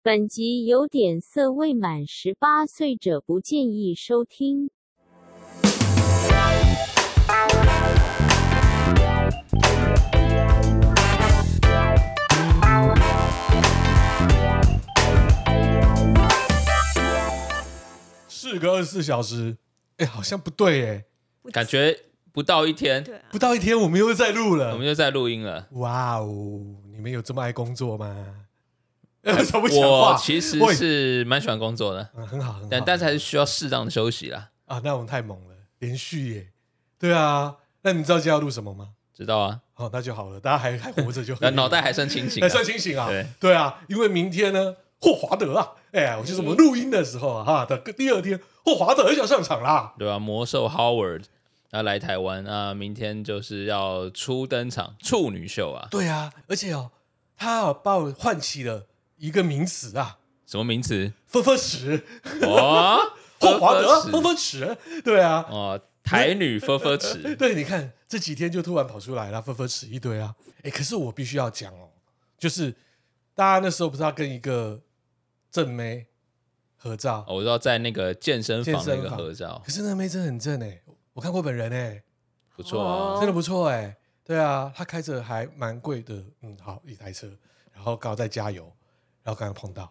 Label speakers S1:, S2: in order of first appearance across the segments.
S1: 本集有点色，未满十八岁者不建议收听。
S2: 事隔二十四小时，哎、好像不对哎、
S3: 感觉不到一天，
S4: 对啊，
S2: 不到一天我们又在录
S3: 我
S2: 了
S3: 们。就在录音了。
S2: 哇哦，你们有这么爱工作吗？ 哎为什么不讲
S3: 我
S2: 话？
S3: 其实
S2: 喂
S3: 是蛮喜欢工作的，
S2: 嗯，很好，很好。
S3: 但但是还是需要适当的休息啦。
S2: 啊，那我们太猛了，连续耶。对啊，那你知道今天要录什么吗？
S3: 知道啊，
S2: 哦，那就好了，大家还还活着就
S3: 那脑袋还算清醒
S2: 嗯
S3: 啊
S2: 还。算清醒啊。
S3: 对
S2: 对啊，因为明天呢，霍华德啊，哎、我就是我
S3: 嗯
S2: 们录音的时候啊，哈的第二天，霍华德就要上场啦。
S3: 对吧、魔兽 Howard 啊来台湾啊，明天就是要初登场处女秀啊，
S2: 对啊，而且哦，他啊把我唤起了一个名词啊，
S3: 什么 名词？
S2: 分分尺。
S3: 哦，
S2: 霍华德
S3: 分
S2: 分分尺，对啊，
S3: 哦，台女分分 尺，
S2: 对，你看这几天就突然跑出来了，分分尺一堆啊。哎，可是我必须要讲哦，就是大家那时候不是要跟一个正妹合照，
S3: 哦我知道在那个健身房那
S2: 健身
S3: 个
S2: 房
S3: 合照
S2: 可是那妹真的很正哎，我看过本人哎，
S3: 不错啊，
S2: 真的不错哎。对啊，她开着还蛮贵的，嗯，好一台车，然后刚好在加油，然后刚刚碰到。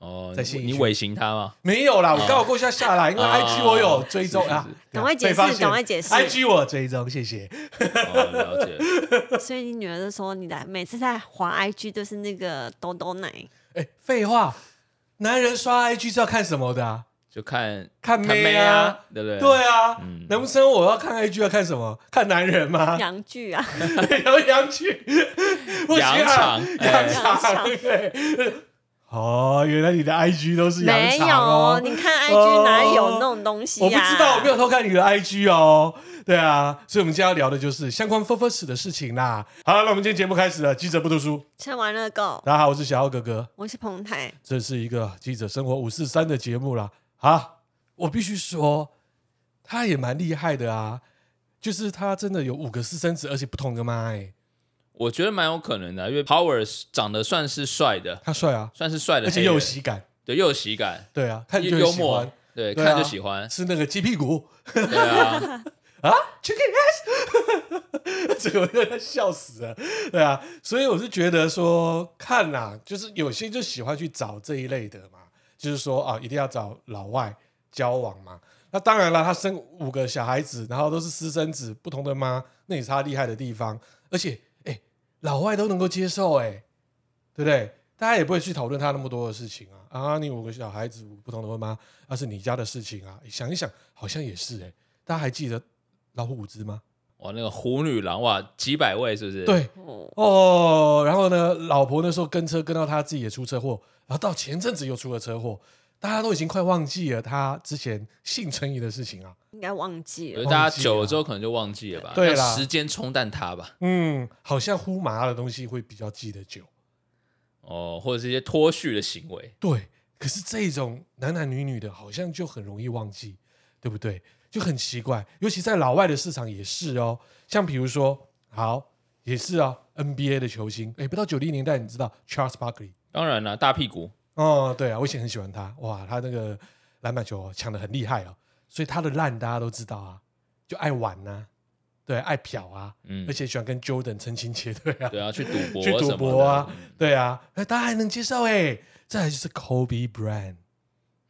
S3: 哦，
S2: 在
S3: 你
S2: 信义
S3: 你
S2: 区
S3: 尾行他吗？
S2: 没有啦，我刚好过下下来，因为
S3: 啊
S2: IG 我有追踪
S3: 是是
S2: 啊
S3: 是，
S4: 赶快解释
S2: 被发现
S4: 赶快解释
S2: ，IG 我有追踪，谢谢。
S3: 哦，了解。
S4: 所以你女儿就说你的每次在滑 IG 都是那个抖抖奶，
S2: 哎，废话，男人刷 IG 是要看什么的啊？
S3: 就看
S2: 看
S3: 看
S2: 妹
S3: 妹
S2: 啊
S3: 啊，对不对？
S2: 对啊，
S3: 嗯
S2: 难不成我要看 IG 要看什么？看男人吗？
S4: 洋剧啊，
S2: 洋洋剧，不行啊
S3: 洋场
S2: 洋
S4: 洋
S2: 场，
S4: 场
S2: 对。哦，原来你的 IG 都是洋
S4: 没
S2: 场哦
S4: 有，。你
S2: 哦
S4: 看 IG 哪有那种东西啊
S2: 我不
S4: 呀？
S2: 知道，我没有偷看你的 IG 哦。对啊，所以我们今天要聊的就是相关 f u 史的事情啦。好了，那我们今天节目开始了。记者不读书，
S4: 吃完了够，
S2: 大家好，我是小奥哥哥。
S4: 我是彭泰，
S2: 这是一个记者生活五四三的节目啦。啊，我必须说，他也蛮厉害的啊，就是他真的有五个私生子，而且不同的妈、欸，
S3: 我觉得蛮有可能的，因为 Power 长得算是帅的，
S2: 他帅啊，
S3: 算是帅的
S2: 而
S3: 黑
S2: 且
S3: 人，
S2: 又有喜感，
S3: 对，又有喜感，
S2: 对啊，看就
S3: 又
S2: 很
S3: 呃幽
S2: 喜
S3: 默
S2: 欢，，
S3: 对，
S2: 对
S3: 看就
S2: 啊
S3: 喜欢，
S2: 是那个鸡屁股
S3: 对啊，
S2: 啊，chicken ass，这个我真的笑死了，对啊，所以我是觉得说，看啦、就是有些就喜欢去找这一类的嘛，就是说啊，一定要找老外交往嘛。那当然啦，他生五个小孩子，然后都是私生子，不同的妈，那也是他厉害的地方。而且，哎、老外都能够接受、哎，对不对？大家也不会去讨论他那么多的事情啊。啊，你五个小孩子，五个不同的妈，那、是你家的事情啊。想一想，好像也是哎、大家还记得老虎伍兹吗？
S3: 哇，那个虎女郎哇，几百位是不是？，
S2: 对，
S4: 哦，
S2: 哦，然后呢，老婆那时候跟车跟到他自己也出车祸，然后到前阵子又出了车祸，大家都已经快忘记了他之前性成瘾的事情啊。
S4: 应该忘记
S3: 我
S2: 对。
S4: 了
S3: 觉得大家久了之后可能就忘记了吧，
S2: 对啦
S3: 让时间冲淡它吧，
S2: 嗯，好像呼麻的东西会比较记得久。
S3: 哦，或者是一些脱序的行为，
S2: 对，可是这种男男女女的，好像就很容易忘记，对不对？就很奇怪，尤其在老外的市场也是哦。像比如说，好，也是啊、NBA 的球星，哎，不到九零年代，你知道 Charles Barkley。
S3: 当然啦，大屁股，
S2: 哦，对啊，我以前很喜欢他，哇，他那个篮板球抢的很厉害哦，所以他的烂大家都知道啊，就爱玩呐、对，爱嫖啊，
S3: 嗯
S2: 而，且喜欢跟 Jordan 成亲结对啊，
S3: 对啊，去赌博
S2: 去赌
S3: 什么
S2: 博
S3: 的
S2: 啊，，对啊，那大家还能接受哎、再来就是 Kobe Bryant，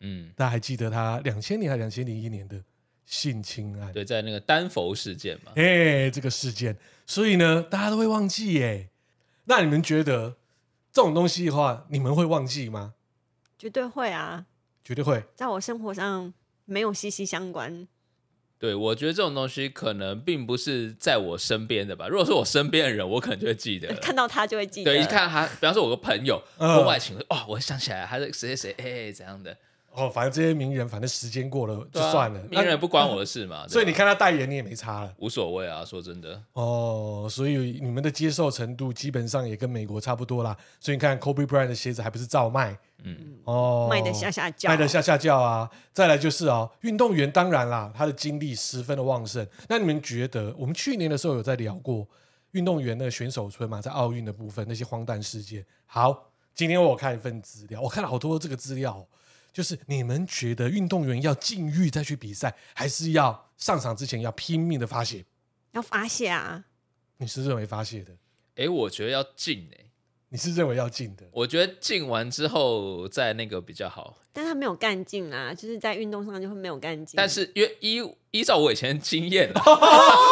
S3: 嗯，
S2: 大家还记得他两千年还两千零一年的性侵案，
S3: 对，在那个丹佛事件嘛，
S2: 哎、这个事件，所以呢，大家都会忘记耶、那你们觉得这种东西的话，你们会忘记吗？
S4: 绝对会啊，
S2: 绝对会。
S4: 在我生活上没有息息相关。
S3: 对，我觉得这种东西可能并不是在我身边的吧。如果是我身边的人，我可能就会记得。
S4: 看到他就会记得，
S3: 啊对，一看他，比方说我个朋友
S2: 嗯
S3: 婚外情，哇，我想起来他是谁谁谁，哎、怎样的，
S2: 哦，反正这些名人，反正时间过了就
S3: 对啊
S2: 算了，
S3: 名人
S2: 那
S3: 也不关我的事啊嘛。对吧
S2: 所以你看他代言，你也没差了。
S3: 无所谓啊，说真的，
S2: 哦，所以你们的接受程度基本上也跟美国差不多啦。所以你看 Kobe Bryant 的鞋子还不是照卖
S3: 嗯，
S2: 哦，
S4: 卖得下下叫，
S2: 卖的下下叫啊。再来就是哦，运动员当然啦，他的精力十分的旺盛。那你们觉得，我们去年的时候有在聊过运动员的选手村嘛，在奥运的部分那些荒诞事件。好，今天我看一份资料，我看了好多这个资料哦、就是你们觉得运动员要禁欲再去比赛，还是要上场之前要拼命的发泄？
S4: 要发泄啊，
S2: 你是认为发泄的？
S3: 哎，我觉得要进哎、
S2: 你是认为要禁的？
S3: 我觉得进完之后再那个比较好。
S4: 但他没有干劲啊，就是在运动上就会没有干劲。
S3: 但是因为依依照我以前的经验啊啦，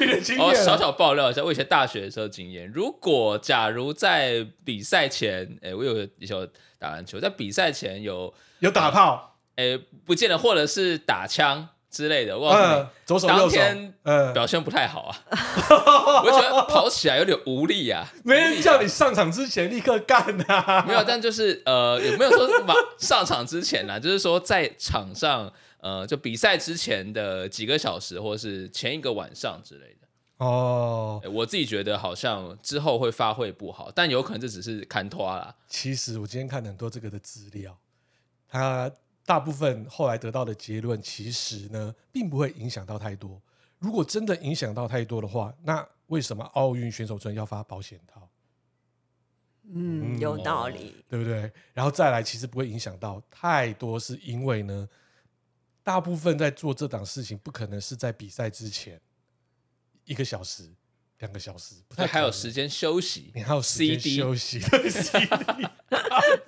S2: 你的经
S3: 哦，
S2: 验
S3: 小
S2: 啊，
S3: 小爆料一下，我以前大学的时候的经验，如果假如在比赛前，哎，我有以前有打篮球，在比赛前有
S2: 有打炮，
S3: 哎不见得，或者是打枪之类的，我告诉你
S2: 嗯，左手右
S3: 当
S2: 手
S3: 天，
S2: 嗯，
S3: 表现不太好啊，我就觉得跑起来有点无力啊。
S2: 没人叫你上场之前立刻干啊呐，
S3: 没有，但就是呃，也没有说马上场之前啦，就是说在场上呃，就比赛之前的几个小时，或是前一个晚上之类的。
S2: 哦，
S3: 诶我自己觉得好像之后会发挥不好，但有可能这只是看拖啦。
S2: 其实我今天看了很多这个的资料，它大部分后来得到的结论，其实呢，并不会影响到太多。如果真的影响到太多的话，那为什么奥运选手村要发保险套，
S4: 嗯，有道理。
S2: 对不对？然后再来，其实不会影响到太多，是因为呢，大部分在做这档事情，不可能是在比赛之前一个小时、两个小时，不太
S3: 那还有
S2: 可能
S3: 时间休息，
S2: 你还有时间
S3: CD
S2: 休息，对 CD，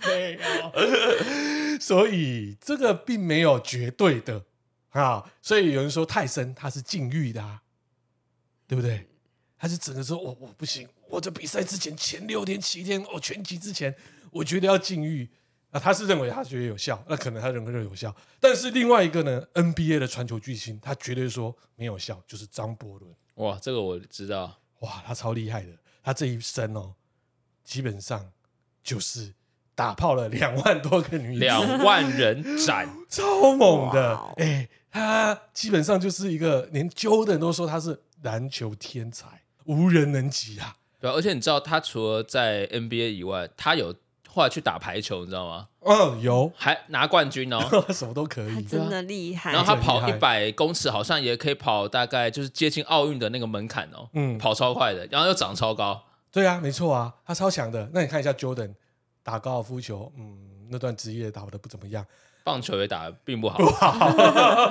S2: 没有， 所以这个并没有绝对的啊。所以有人说泰森他是禁欲的、啊，对不对？他是整个说，哦我我不行，我在比赛之前前六天七天，我拳击之前，我觉得要禁欲啊。他是认为他觉得有效，那可能他认为有效。但是另外一个呢，NBA 的传球巨星，他绝对说没有效，就是张伯伦。
S3: 哇，这个我知道。
S2: 哇，他超厉害的，他这一生哦，基本上就是打炮了两万多个女子，
S3: 两万人 斩，
S2: 超猛的
S4: 哇哦。
S2: 哎、他基本上就是一个连 Jordan 都说他是篮球天才，无人能及啊。
S3: 对啊、而且你知道他除了在 NBA 以外，他有后来去打排球，你知道吗？
S2: 嗯，有
S3: 还拿 冠军哦。啊
S2: 什么都可
S4: 他
S2: 以。
S4: 真的厉害，
S3: 然后他
S2: 很
S3: 跑
S2: 厉
S3: 一
S2: 害
S3: 百公尺，好像也可以跑大概就是接近奥运的那个门槛哦，
S2: 嗯，
S3: 跑超快的，然后又长超高，
S2: 对啊，没错啊，他超强的。那你看一下 Jordan 打高尔夫球，嗯，那段职业打的不怎么样，
S3: 棒球也打得并不好，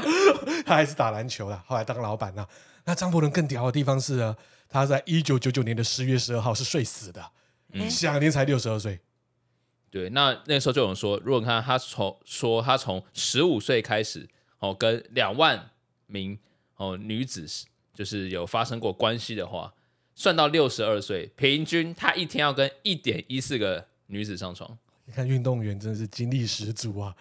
S2: 他还是打篮球啦，后来当老板啦。那张伯伦更屌的地方是呢，他在一九九九年的十月十二号是睡死的，
S3: 嗯
S2: 享年才六十二岁。
S3: 对，那那时候就有人说，如果你看他从说他从十五岁开始哦，跟两万名哦女子就是有发生过关系的话，算到六十二岁，平均他一天要跟一点一四个女子上床，
S2: 你看运动员真的是精力十足啊，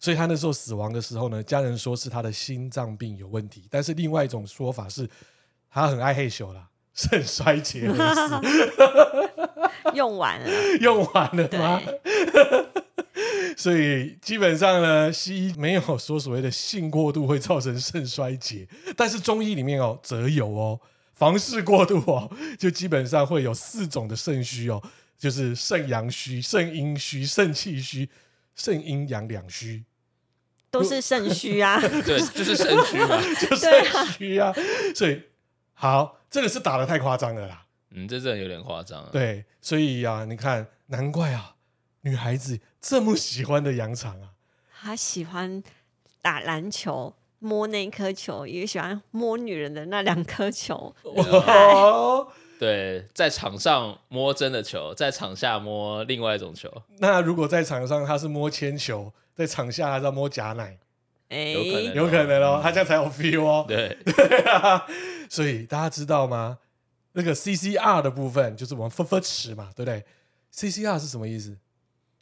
S2: 所以他那时候死亡的时候呢，家人说是他的心脏病有问题，但是另外一种说法是他很爱害羞啦，肾衰竭而死，
S4: 用完了，
S2: 用完了吗？
S4: 对，
S2: 所以基本上呢，西医没有说所谓的性过度会造成肾衰竭，但是中医里面哦则有哦，房事过度哦，就基本上会有四种的肾虚哦，就是肾阳虚、肾阴虚、肾气虚、肾阴阳两虚，
S4: 都是 肾虚啊，
S3: 对，就是肾虚嘛，
S2: 就肾虚啊。所以好，这个是打的太夸张了啦。
S3: 嗯，这真的有点夸张、啊，
S2: 对，所以啊，你看，难怪啊，女孩子这么喜欢的羊肠啊，
S4: 他喜欢打篮球。摸那一颗球，也喜欢摸女人的那两颗 球，
S2: 哦。
S3: 对，在场上摸真的球，在场下摸另外一种球，
S2: 那如果在场上他是摸铅球，在场下他是要摸假奶，
S4: 哎、
S3: 有可能
S2: 有可能哦，他这样 才有 feel 哦。
S3: 嗯对，
S2: 所以大家知道吗？那个 CCR 的部分就是我们分分池嘛，对不对？CCR 是什么意思？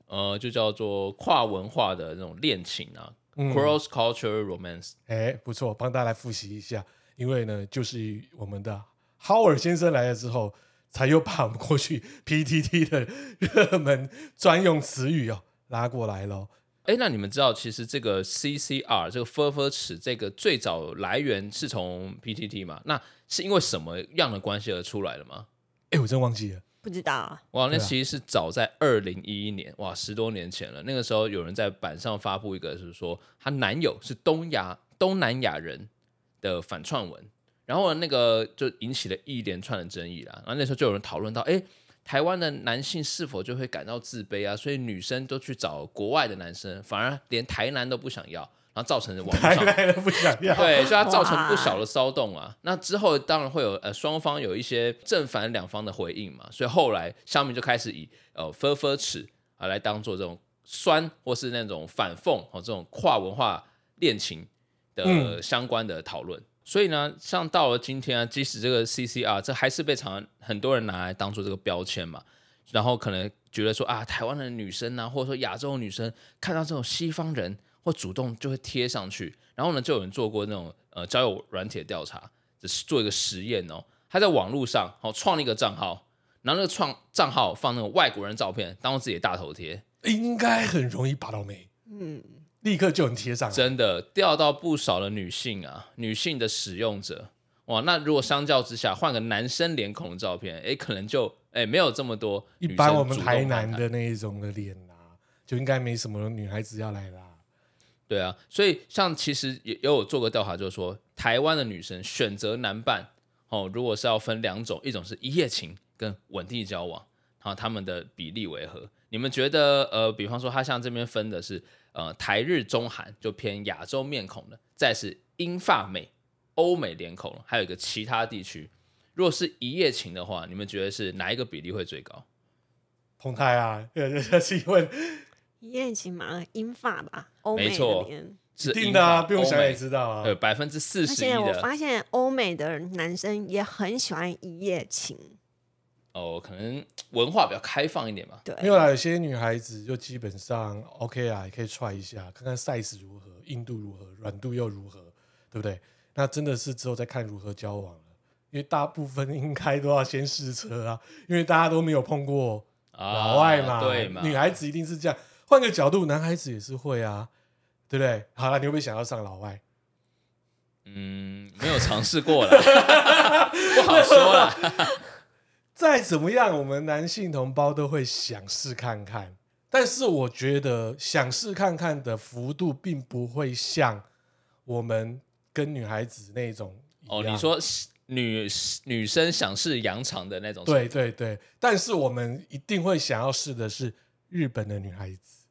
S3: 呃，就叫做跨文化的那种恋情啊、
S2: 嗯
S3: c r o s s culture romance。
S2: 哎，不错，帮大家来复习一下，因为呢，就是我们的浩尔先生来了之后，才又把我们过去 PTT 的热门专用词语哦拉过来咯。
S3: 哎，那你们知道，其实这个 CCR 这个 f u r f u r 尺这个最早来源是从 PTT 嘛？那是因为什么样的关系而出来的吗？
S2: 哎，我真忘记了，
S4: 不知道
S3: 哇，那
S2: 对啊
S3: 其实是早在二零一一年，哇，十多年前了。那个时候有人在板上发布一个，就是说她男友是东亚东南亚人的反串文，然后呢那个就引起了一连串的争议啦。然后那时候就有人讨论到，哎，台湾的男性是否就会感到自卑啊？所以女生都去找国外的男生，反而连台南都不想要，然后造成网络
S2: 台
S3: 上
S2: 来了不想要，
S3: 对，所以它造成不小的骚动啊。那之后当然会有呃双方有一些正反两方的回应嘛，所以后来乡民就开始以呃分分尺啊来当做这种酸或是那种反讽哦这种跨文化恋情的
S2: 嗯
S3: 相关的讨论。所以呢，像到了今天啊，即使这个 CCR 这还是被常很多人拿来当做这个标签嘛，然后可能觉得说啊，台湾的女生啊，或者说亚洲女生看到这种西方人或主动就会贴上去，然后呢，就有人做过那种呃交友软体的调查，只是做一个实验哦，他在网络上哦创立一个账号，然后那个创账号放那种外国人照片当做自己的大头贴，
S2: 应该很容易拔到眉，
S4: 嗯，
S2: 立刻就能贴上来。
S3: 真的钓到不少的女性啊，女性的使用者哇，那如果相较之下换个男生脸孔的照片，诶，可能就诶没有这么多
S2: 一
S3: 女生
S2: 般我们
S3: 主动
S2: 台
S3: 攀
S2: 南
S3: 谈
S2: 的那一种的脸啊，就应该没什么女孩子要来啦。
S3: 对啊，所以像其实也也有做过调查，就是说台湾的女生选择男伴哦，如果是要分两种，一种是一夜情跟稳定交往，然后他们的比例为何？你们觉得呃，比方说他像这边分的是呃台日中韩就偏亚洲面孔的，再是英法美欧美脸孔，还有一个其他地区。如果是一夜情的话，你们觉得是哪一个比例会最高？
S2: 彭泰啊， 呃，是因为
S4: 一夜情嘛，英法吧，欧
S3: 没
S4: 美
S3: 错
S4: 那边。
S3: 是
S2: 一定
S3: 英
S2: 的啊，
S3: 法
S2: 不用
S3: 欧
S2: 想也
S3: 美
S2: 知道啊
S3: 呃，。百分之四
S4: 而
S3: 十一
S4: 且我
S3: 的
S4: 发现欧美的男生也很喜欢一夜情，
S3: 哦，可能文化比较开放一点嘛。
S4: 对，
S2: 没有啦，有些女孩子就基本上 OK 啊，也可以 try 一下，看看 size 如何，硬度如何，软度又如何，对不对？那真的是之后再看如何交往了，因为大部分应该都要先试车啊，因为大家都没有碰过
S3: 啊
S2: 老外嘛，
S3: 对嘛，
S2: 女孩子一定是这样。换个角度，男孩子也是会啊，对不对？好了，你会不会想要上老外？
S3: 嗯，没有尝试过了， 不好说了。
S2: 再怎么样，我们男性同胞都会想试看看。但是我觉得想试看看的幅度，并不会像我们跟女孩子那种一样
S3: 哦，你说是女女生想试羊肠的那种，
S2: 对，对对，但是我们一定会想要试的是日本的女孩子、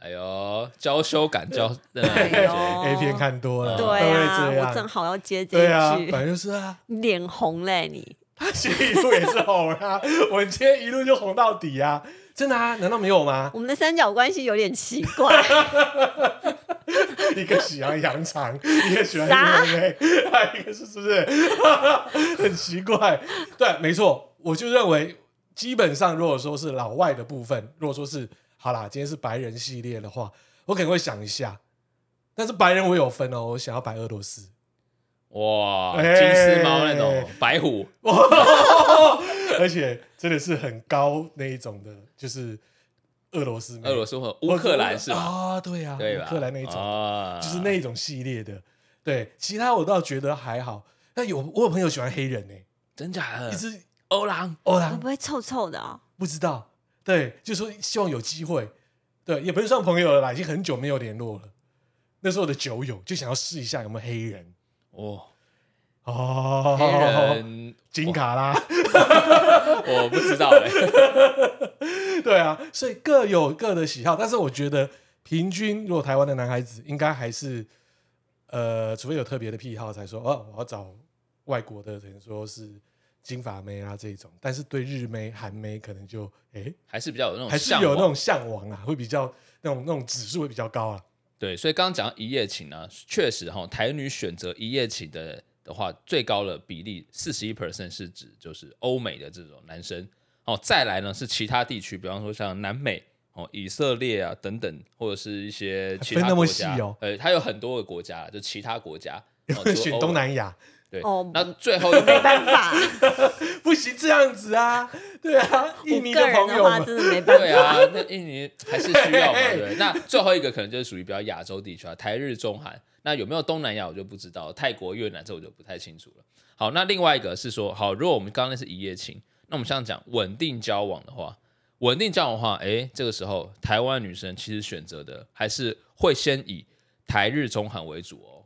S3: 哎呦，娇羞感娇，
S4: 哎呦
S3: 对
S2: A 片看多了，
S4: 对
S2: 都
S4: 啊，
S2: 会这
S4: 我正
S2: 样。
S4: 好要接这
S2: 对啊
S4: 一，句，
S2: 反正就是啊，
S4: 脸红嘞你，
S2: 他前一路也是红啊， 我今天一路就红到底啊，真的啊？难道没有吗？
S4: 我们的三角关系有点奇 怪，
S2: 一个喜欢羊肠，一个喜欢
S4: 啥
S2: 羊妹， 还有一个是是不 是很奇怪？对，没错，我就认为基本上如果说是老外的部分，如果说是好啦，今天是白人系列的话，我可能会想一下。但是白人我有分哦，我想要白俄罗斯。
S3: 哇，
S2: 哎
S3: 金丝猫那种白虎，
S2: 而且真的是很高那一种的，就是俄罗斯妹、
S3: 俄罗斯或乌克兰是吧？
S2: 啊，对啊，
S3: 对
S2: 乌
S3: 吧？
S2: 克兰那一种。
S3: 啊，
S2: 就是那一种系列的。对，其他我倒觉得还好。那有我有朋友喜欢黑人呢、
S3: 真假的
S2: 一，直
S3: 欧郎
S2: 哦
S4: 会
S2: 啦
S4: 不，会臭臭的哦？
S2: 不知道。对，就说希望有机会。对，也不是算朋友了啦，已经很久没有联络了。那时候我的酒友就想要试一下有没有黑人
S3: 哦，
S2: 哦，哦
S3: 黑人，
S2: 金卡拉，
S3: 我不知道哎，
S2: 对啊，所以各有各的喜好。但是我觉得平均，如果台湾的男孩子应该还是呃，除非有特别的癖好，才说哦，我要找外国的，可能说是金发妹啊这种。但是对日妹、韩妹，可能就诶，
S3: 还是比较有那种
S2: 还是
S3: 向
S2: 有那
S3: 往
S2: 种向往啊，会比较那种那种指数会比较高啊。
S3: 对，所以刚刚讲到一夜情啊，确实哈，台女选择一夜情的的话，最高的比例四十一 percent 是指就是欧美的这种男生哦，再来呢是其他地区，比方说像南美哦、以色列啊等等，或者是一些其
S2: 还
S3: 他
S2: 分那么
S3: 国家
S2: 细哦
S3: 呃，它有很多个国家啦，就其他国家。 哦除了
S2: 选
S3: 欧
S2: 东
S3: 美
S2: 南亚
S3: 对
S4: 哦，
S3: 那最后一
S4: 没
S3: 个
S4: 办法，
S2: 不行这样子啊，对啊，印尼
S4: 五
S2: 的
S4: 个人
S2: 朋
S4: 的
S2: 友
S4: 话
S2: 们
S4: 真的没办
S3: 对
S4: 法。
S3: 啊，那印尼还是需 要嘛，
S2: 嘿嘿
S3: 对不对。那最后一个可能就是属于比较亚洲地区啊，台日中韩。那有没有东南亚我就不知道，泰国、越南这我就不太清楚了。好，那另外一个是说，好，如果我们刚刚那是一夜情，那我们像讲稳定交往的话，稳定交往的话，诶，这个时候台湾女生其实选择
S4: 哦
S3: 的还是会先以台日中韩为主哦，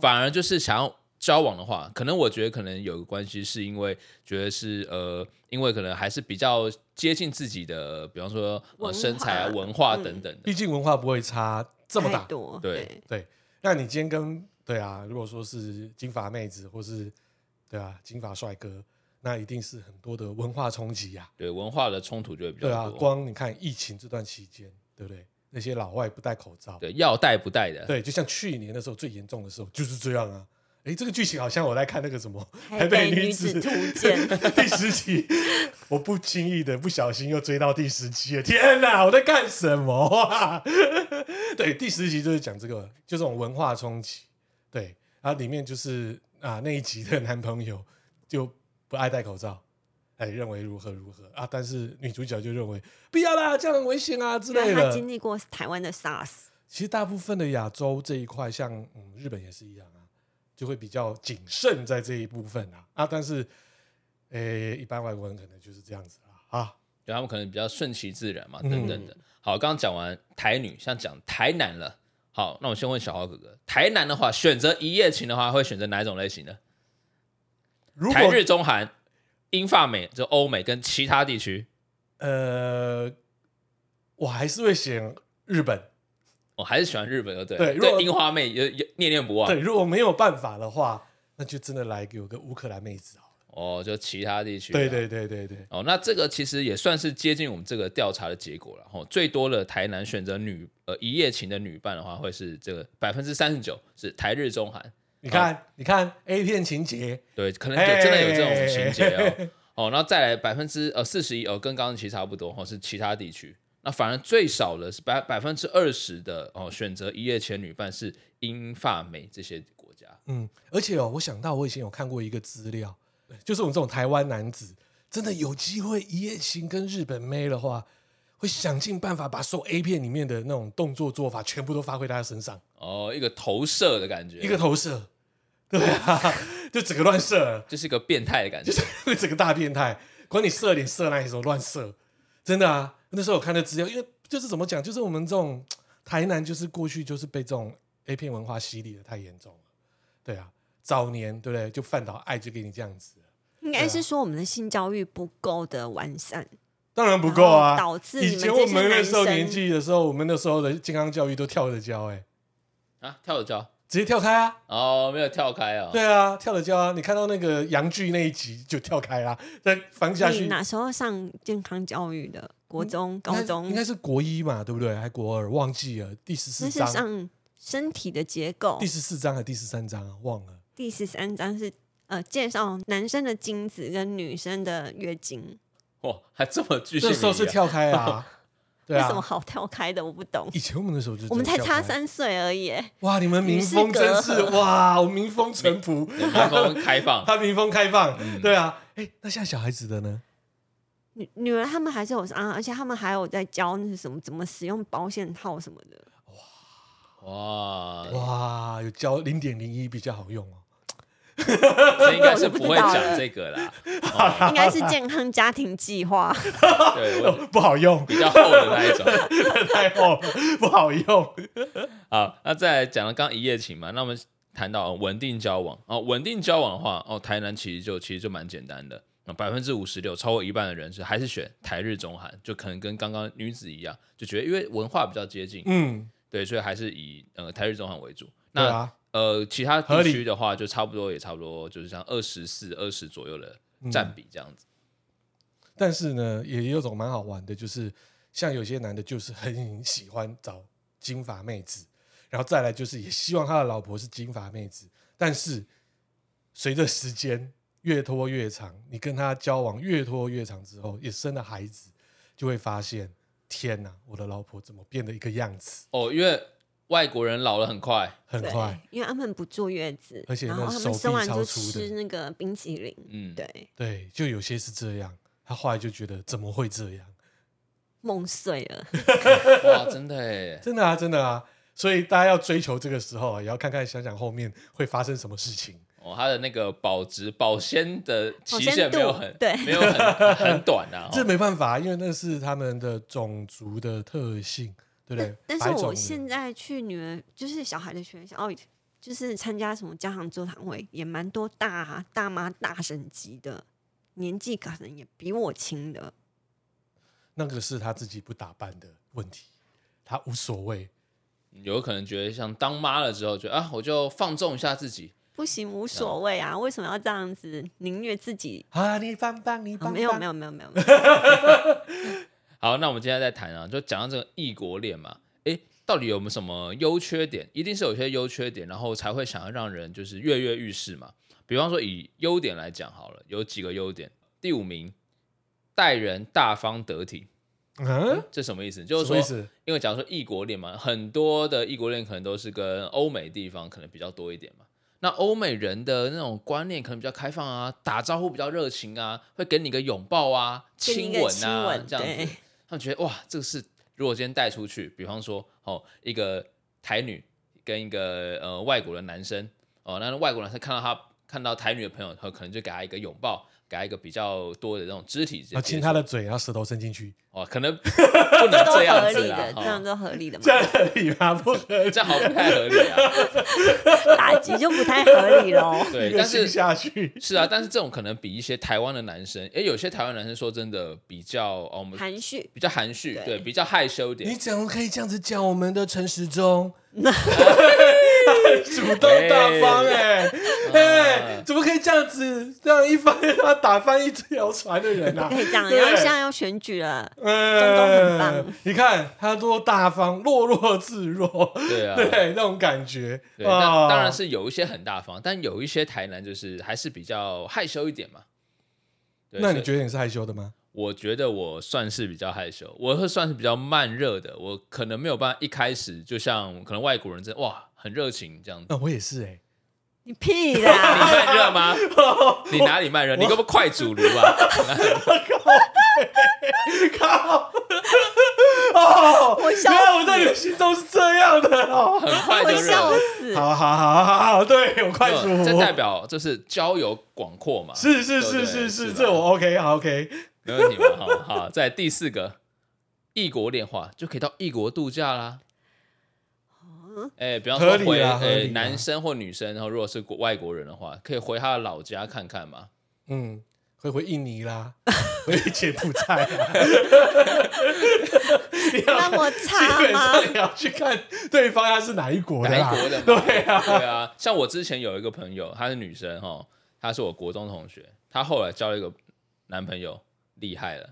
S3: 反而就是想要交往的话，可能我觉得可能有个关系，是因为觉得是呃，因为可能还是比较接近自己的，比方说、呃、
S4: 文化
S3: 身材啊、文化等
S4: 嗯
S3: 等的。
S2: 毕竟文化不会差这么
S4: 太
S2: 大。
S4: 多，
S3: 对
S2: 对，那你今天跟对啊，如果说是金发妹子或是对啊金发帅哥，那一定是很多的文化冲击呀、
S3: 对文化的冲突就会比
S2: 对啊
S3: 较，多。
S2: 光你看疫情这段期间，对不对？那些老外不戴口罩，
S3: 对，要戴不戴的，
S2: 对，就像去年的时候最严重的时候就是这样啊。哎，这个剧情好像我在看那个什么《
S4: 台
S2: 北
S4: 北女
S2: 子
S4: 子图 鉴
S2: 第十集，我不经意的不小心又追到第十集了。天哪，我在干什么啊？ 对，第十集就是讲这个，就这种文化冲击。对，然后里面就是啊那一集的男朋友就不爱戴口罩，哎，认为如何如何啊，但是女主角就认为不要啦，这样很危险啊之
S4: 因为
S2: 类
S4: 他
S2: 的。
S4: 经历过台湾的 SARS，
S2: 其实大部分的亚洲这一块，像嗯日本也是一样啊，就会比较谨慎在这一部分啊啊，但是诶、一般外国人可能就是这样子啦啊，
S3: 就他们可能比较顺其自然嘛，
S2: 嗯
S3: 等等的。好，刚刚讲完台女，像讲台男了。好，那我先问小豪哥哥，台男的话，选择一夜情的话，会选择哪一种类型的？
S2: 如
S3: 台
S2: 果
S3: 日中韩、英法美，就欧美跟其他地区，
S2: 呃，我还是会选日本。
S3: 我、哦还是喜欢日本的，对
S2: 对如果
S3: 对，樱花妹也也念念不忘。
S2: 对，如果没有办法的话，那就真的来给我个乌克兰妹子好了。
S3: 哦，就其他地区、
S2: 对。对对对对，
S3: 哦，那这个其实也算是接近我们这个调查的结果了。哦，最多的台南选择女呃一夜情的女伴的话，会是这个百分之三十九是台日中韩。
S2: 你看你看 A 片情节，
S3: 对，可能有真的有这
S2: 哎
S3: 种情节
S2: 嘿
S3: 哦。哦，然后再来百分之呃四十一哦，跟刚刚其实差不多哦，是其他地区。那反而最少的是百百分之二十的哦，选择一夜情女伴是英法美这些国家。
S2: 嗯，而且哦，我想到我以前有看过一个资料，就是我们这种台湾男子，真的有机会一夜情跟日本妹的话，会想尽办法把所有 A 片里面的那种动作做法全部都发挥在他身上，
S3: 哦，一个投射的感觉，
S2: 一个投射，对啊， 就整个乱射，
S3: 就是一个变态的感觉。
S2: 就是整个大变态，管你射脸射哪里，什么乱射，真的啊。那时候我看的资料，因为就是怎么讲，就是我们这种台南，就是过去就是被这种 A 片文化洗礼的太严重了，对啊，早年对不对，就范岛爱就给你这样子了。
S4: 应
S2: 啊
S4: 该是说我们的性教育不够的完善，
S2: 当然不够啊！
S4: 然后导致你们
S2: 以前我们那时候年纪的时候，我们那时候的健康教育都跳着教、哎，
S3: 啊，跳着教
S2: 直接跳开啊！
S3: 哦，没有跳开哦。
S2: 对啊，跳着教啊！你看到那个杨剧那一集就跳开啦、再翻下
S4: 你
S2: 去，
S4: 哪时候上健康教育的？国中、高中
S2: 应该是国一嘛，对不对？还国二，忘记了第十
S4: 那
S2: 四
S4: 是
S2: 章，
S4: 上身体的结构
S2: 第。十四章还是第十三章啊？忘了。
S4: 第十三章是呃介绍男生的精子跟女生的月经，
S3: 哇，还这么巨细靡
S2: 那
S3: 遗啊
S2: 时候是跳开 啊，对
S4: 为什么
S2: 啊。
S4: 好跳开的？我不懂。
S2: 以前我们那时候就
S4: 我们才
S2: 跳
S4: 差
S2: 开
S4: 三岁而已耶，
S2: 哇！你们民
S4: 与世
S2: 风真
S4: 隔
S2: 是哇，我民风淳 朴，
S3: 对民风开 放，
S2: 他民风开放，
S3: 嗯
S2: 对啊。哎，那现在小孩子的呢？
S4: 女女儿他们还是有啊，而且他们还有在教那是什么怎么使用保险套什么的。
S3: 哇，
S2: 哇，有教零点零一比较好用哦。
S3: 这应该是
S4: 我不
S3: 不
S4: 知
S3: 会
S4: 道
S3: 讲
S4: 了
S3: 这 个啦。哦
S4: 应该是健康家庭计划，
S3: 对，我
S2: 哦不好用，
S3: 比较厚的那一种。
S2: 太厚，不好用。
S3: 好，那再来讲了刚刚一夜情嘛，那我们谈到稳定交往哦，稳定交往的话，哦，台南其实就其实就蛮简单的，百分之五十六，超过一半的人是还是选台日中韩，就可能跟刚刚女子一样，就觉得因为文化比较接近，
S2: 嗯，
S3: 对，所以还是以呃台日中韩为主。那、
S2: 对啊，
S3: 呃其他
S2: 合
S3: 地
S2: 理
S3: 区的话，就差不多也差不多，就是像二十四、二十左右的
S2: 嗯
S3: 占比这样子。
S2: 但是呢，也有种蛮好玩的，就是像有些男的，就是很喜欢找金发妹子，然后再来就是也希望他的老婆是金发妹子，但是随着时间越拖越长，你跟他交往越拖越长之后，也生了孩子，就会发现，天哪，我的老婆怎么变得一个样子？
S3: 哦，因为外国人老了很快，
S2: 很
S4: 对
S2: 快，，
S4: 因为他们不坐月子，
S2: 而且
S4: 然
S2: 那
S4: 后他
S2: 手
S4: 们
S2: 臂
S4: 生完
S2: 超
S4: 就
S2: 粗的
S4: 吃那个冰淇淋，
S3: 嗯，
S4: 对，
S2: 对，就有些是这样。他后来就觉得怎么会这样？
S4: 梦碎了。
S3: 哇，真的耶。
S2: 真的啊，真的啊。所以大家要追求这个时候啊，也要看看想想后面会发生什么事情。
S3: 哦，它的那个保值保鲜的期
S4: 保
S3: 限
S4: 鲜度
S3: 没有很
S4: 对
S3: 没 有很很短啊。
S2: 这
S3: 哦
S2: 没办法，因为那是他们的种族的特性，对不对
S4: 但？但
S2: 白
S4: 是
S2: 种
S4: 我
S2: 人
S4: 现在去女儿就是小孩的学校，哦，就是参加什么家长座谈会，也蛮多大大妈大神级的，年纪可能也比我轻的。
S2: 那个是他自己不打扮的问题，他无所谓。
S3: 有可能觉得像当妈了之后，觉得啊，我就放纵一下自己，
S4: 不行，无所谓啊！为什么要这样子？宁愿自己、
S2: 啊，你棒棒，你
S4: 啊、
S2: 棒棒，
S4: 哦没有没有没有没有，没有
S3: 好，那我们今天再谈啊，就讲到这个异国恋嘛，诶，到底有没有什么优缺点？一定是有些优缺点，然后才会想要让人就是跃跃欲试嘛。比方说以优点来讲好了，有几个优点。第五名，待人大方得体，
S2: 嗯，
S3: 这什么意思？就是
S2: 什么意
S3: 说
S2: 思，
S3: 因为假如说异国恋嘛，很多的异国恋可能都是跟欧美地方可能比较多一点嘛。那欧美人的那种观念可能比较开放啊，打招呼比较热情啊，会给你一个拥抱啊、
S4: 给你一
S3: 亲
S4: 个
S3: 吻
S4: 亲
S3: 啊
S4: 吻
S3: 这样
S4: 对
S3: 子。他们觉得哇，这个是如果今天带出去，比方说哦，一个台女跟一个呃外国的男生哦，那外国男生看到他看到台女的朋友，他可能就给他一个拥抱，给他一个比较多的那种肢体接
S2: 要
S3: 触
S2: 啊哦亲他的嘴，然后舌头伸进去，
S3: 哦，可能不能
S4: 都
S3: 这样
S4: 合理
S3: 子 啦
S4: 的，，这样
S3: 哦
S4: 都合理的嘛
S2: 这？样合理吗？不合理，
S3: 这样好像不太合理啊。
S4: 打击就不太合理喽。
S3: 对，
S2: 一个
S3: 但
S2: 亲
S3: 是
S2: 下去，
S3: 是啊，但是这种可能比一些台湾的男生，诶，有些台湾男生说真的比较哦，我们
S4: 含蓄，
S3: 比较含蓄，
S4: 对
S3: 对，比较害羞一点
S2: 你。怎么可以这样子讲我们的陈时中？ 主动大方哎、哎、
S3: 啊
S2: 怎么可以这样子？这样一翻他打翻一条船的人 啊！
S4: 可以这样。
S2: 对
S4: 然后现在要选举了，
S2: 哎
S4: 中东很棒
S2: 你看他多大方，落落自若，
S3: 对啊
S2: 对那种感觉
S3: 对，那当然
S2: 是
S3: 是有一些很大方，但有一些台南就是还是比较害羞一点嘛。对
S2: 那你
S3: 得？
S2: 觉得你是害羞的吗？
S3: 我觉得我算是比较害羞，我会算是比较慢热的，我可能没有办法一开始就像可能外国人真的哇很热情这样子。
S2: 那、我也是
S4: 欸
S2: 哎、
S4: 你屁
S3: 你
S4: 啦！
S3: 慢热吗？你哪里慢热？你给我快煮炉啊！
S2: 靠！哦，
S4: 我笑
S2: 原来我在你们心中是这样的哦。
S3: 很快
S4: 我
S3: 就热
S4: 笑
S3: 了。
S4: 死。
S2: 好好好好好，对我快
S3: 没有
S2: 速，
S3: 这代表就是交友广阔嘛。
S2: 是是是
S3: 对不对
S2: 是
S3: 是
S2: 是，
S3: 吧
S2: 这我 OK 好 OK。
S3: 没问题嘛。好好，在第四个异国恋话就可以到异国度假啦。哎、比方
S2: 合
S3: 说
S2: 理
S3: 回
S2: 啦合
S3: 哎
S2: 理啦
S3: 男生或女生，然后如果是国外国人的话，可以回他的老家看看嘛。
S2: 嗯，回回印尼啦， 回柬埔寨啦，你要
S4: 那么
S2: 基
S4: 差
S2: 本
S4: 吗？
S2: 上你要去看对方他是哪一国的
S3: 哪
S2: 啦，
S3: 一国的嘛？
S2: 对啊，
S3: 对啊，像我之前有一个朋友，她是女生哈，她是我国中同学，她后来交了一个男朋友，厉害了，